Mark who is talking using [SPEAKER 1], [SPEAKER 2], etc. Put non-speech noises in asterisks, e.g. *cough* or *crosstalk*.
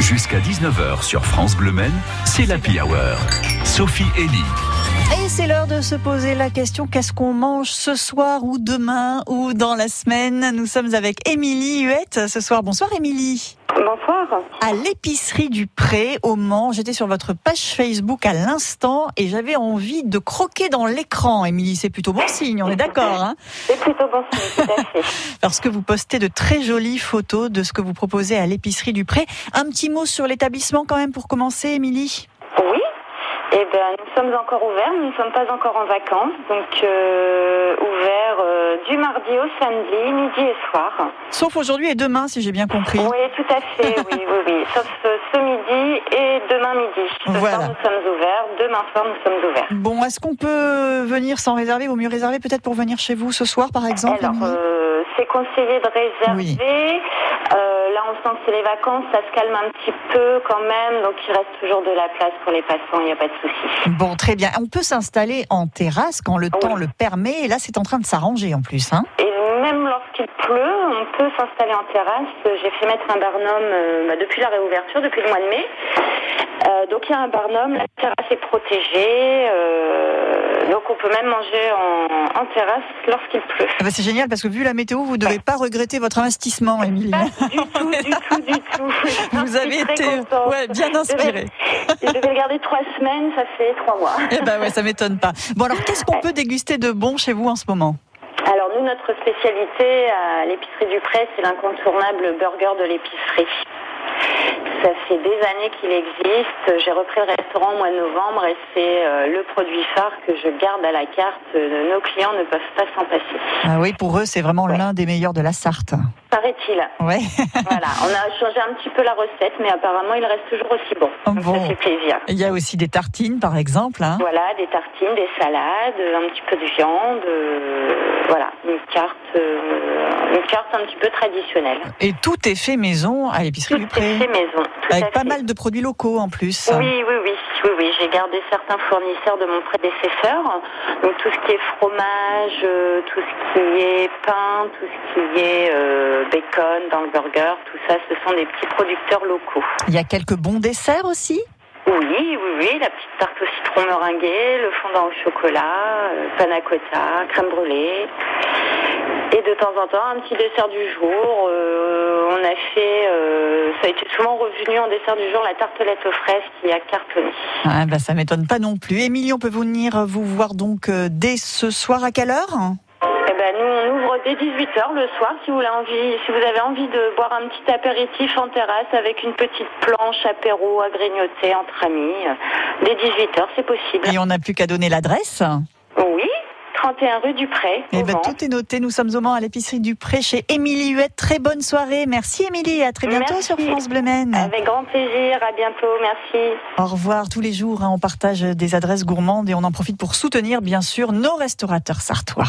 [SPEAKER 1] Jusqu'à 19h sur France Bleu Men, c'est l'Happy Hour. Sophie Ellie.
[SPEAKER 2] Et c'est l'heure de se poser la question qu'est-ce qu'on mange ce soir ou demain ou dans la semaine Nous sommes avec Émilie Huette ce soir. Bonsoir Émilie.
[SPEAKER 3] Bonsoir.
[SPEAKER 2] À l'épicerie du Pré, au Mans, j'étais sur votre page Facebook à l'instant et j'avais envie de croquer dans l'écran. Émilie, c'est plutôt bon signe, on est d'accord. Hein
[SPEAKER 3] C'est Eh, plutôt bon *laughs* signe, tout à fait.
[SPEAKER 2] parce que vous postez de très jolies photos de ce que vous proposez à l'épicerie du Pré. Un petit mot sur l'établissement quand même pour commencer, Émilie
[SPEAKER 3] Oui. Eh ben, nous sommes encore ouverts, nous ne sommes pas encore en vacances, donc euh, ouverts euh, du mardi au samedi, midi et soir.
[SPEAKER 2] Sauf aujourd'hui et demain, si j'ai bien compris.
[SPEAKER 3] Oui, tout à fait, *laughs* oui, oui, oui. Sauf euh, ce midi et demain midi. Ce
[SPEAKER 2] Voilà.
[SPEAKER 3] soir, nous sommes ouverts. Demain soir, nous sommes ouverts.
[SPEAKER 2] Bon, est-ce qu'on peut venir sans réserver Vaut mieux réserver peut-être pour venir chez vous ce soir, par exemple
[SPEAKER 3] Alors,
[SPEAKER 2] Émilie
[SPEAKER 3] euh, c'est conseillé de réserver. Euh, là, on sent que c'est les vacances, ça se calme un petit peu quand même, donc il reste toujours de la place pour les passants, il n'y a pas de souci.
[SPEAKER 2] Bon, très bien. On peut s'installer en terrasse quand le
[SPEAKER 3] Oui.
[SPEAKER 2] temps le permet. Et là, c'est en train de s'arranger en plus. Hein
[SPEAKER 3] Et même lorsqu'il pleut, on peut s'installer en terrasse. J'ai fait mettre un barnum euh, bah, depuis la réouverture, depuis le mois de mai. Euh, donc il y a un barnum, la terrasse est protégée, euh, donc on peut même manger en, en terrasse lorsqu'il
[SPEAKER 2] *laughs*
[SPEAKER 3] pleut.
[SPEAKER 2] Ah bah, c'est génial parce que vu la météo, vous ne devez pas regretter votre investissement, Émilie.
[SPEAKER 3] Pas du tout, du tout, du tout. Je
[SPEAKER 2] Vous
[SPEAKER 3] suis
[SPEAKER 2] avez
[SPEAKER 3] très
[SPEAKER 2] été
[SPEAKER 3] contente.
[SPEAKER 2] ouais, bien inspirée.
[SPEAKER 3] Je devais le garder trois semaines, ça fait trois mois.
[SPEAKER 2] *laughs* Eh ben ouais, ça m'étonne pas. Bon alors, qu'est-ce qu'on peut déguster de bon chez vous en ce moment
[SPEAKER 3] Alors nous, notre spécialité à l'épicerie du Pré, c'est l'incontournable burger de l'épicerie. Ça fait des années qu'il existe. J'ai repris le restaurant au mois de novembre et c'est euh, le produit phare que je garde à la carte. Euh, Nos clients ne peuvent pas s'en passer.
[SPEAKER 2] Ah oui, pour eux, c'est vraiment
[SPEAKER 3] Ouais.
[SPEAKER 2] l'un des meilleurs de la Sarthe.
[SPEAKER 3] Paraît-il.
[SPEAKER 2] Ouais.
[SPEAKER 3] voilà, on a changé un petit peu la recette, mais apparemment il reste toujours aussi bon. Donc
[SPEAKER 2] Bon. Ah.
[SPEAKER 3] ça fait plaisir.
[SPEAKER 2] Il y a aussi des tartines, par exemple. Hein
[SPEAKER 3] Voilà, des tartines, des salades, un petit peu de viande, euh, voilà, une carte, euh, une carte un petit peu traditionnelle.
[SPEAKER 2] Et tout est fait maison à l'épicerie
[SPEAKER 3] Tout
[SPEAKER 2] du
[SPEAKER 3] est fait
[SPEAKER 2] Pré,
[SPEAKER 3] maison. tout à
[SPEAKER 2] avec pas
[SPEAKER 3] fait.
[SPEAKER 2] mal de produits locaux en plus.
[SPEAKER 3] Oui, oui, oui, oui, oui. J'ai gardé certains fournisseurs de mon prédécesseur. Donc tout ce qui est fromage, euh, tout ce qui est pain, tout ce qui est euh, bacon dans le burger, tout ça, ce sont des petits producteurs locaux.
[SPEAKER 2] Il y a quelques bons desserts aussi.
[SPEAKER 3] Oui, oui, oui, la petite tarte au citron meringuée, le fondant au chocolat, euh, panna cotta, crème brûlée. Et de temps en temps, un petit dessert du jour. euh, on a fait, euh, ça a été souvent revenu en dessert du jour, la tartelette aux fraises qui a cartonné.
[SPEAKER 2] Ah, bah, ça m'étonne pas non plus. Émilie, on peut venir vous voir donc euh, dès ce soir à quelle heure
[SPEAKER 3] Eh ben, nous, on ouvre dès 18h le soir si vous, avez envie, si vous avez envie de boire un petit apéritif en terrasse avec une petite planche apéro à grignoter entre amis. euh, Dès 18h, c'est possible.
[SPEAKER 2] Et on n'a plus qu'à donner l'adresse.
[SPEAKER 3] Oui, 31 rue du Pré.
[SPEAKER 2] Et
[SPEAKER 3] au
[SPEAKER 2] ben,
[SPEAKER 3] Mans.
[SPEAKER 2] tout est noté. Nous sommes au Mans à l'épicerie du Pré chez Émilie Huette. Très bonne soirée. Merci Émilie et à très bientôt
[SPEAKER 3] Merci.
[SPEAKER 2] sur France Bleu Maine.
[SPEAKER 3] Avec grand plaisir, à bientôt, merci.
[SPEAKER 2] Au revoir. Tous les jours, hein, on partage des adresses gourmandes et on en profite pour soutenir, bien sûr, nos restaurateurs sartois.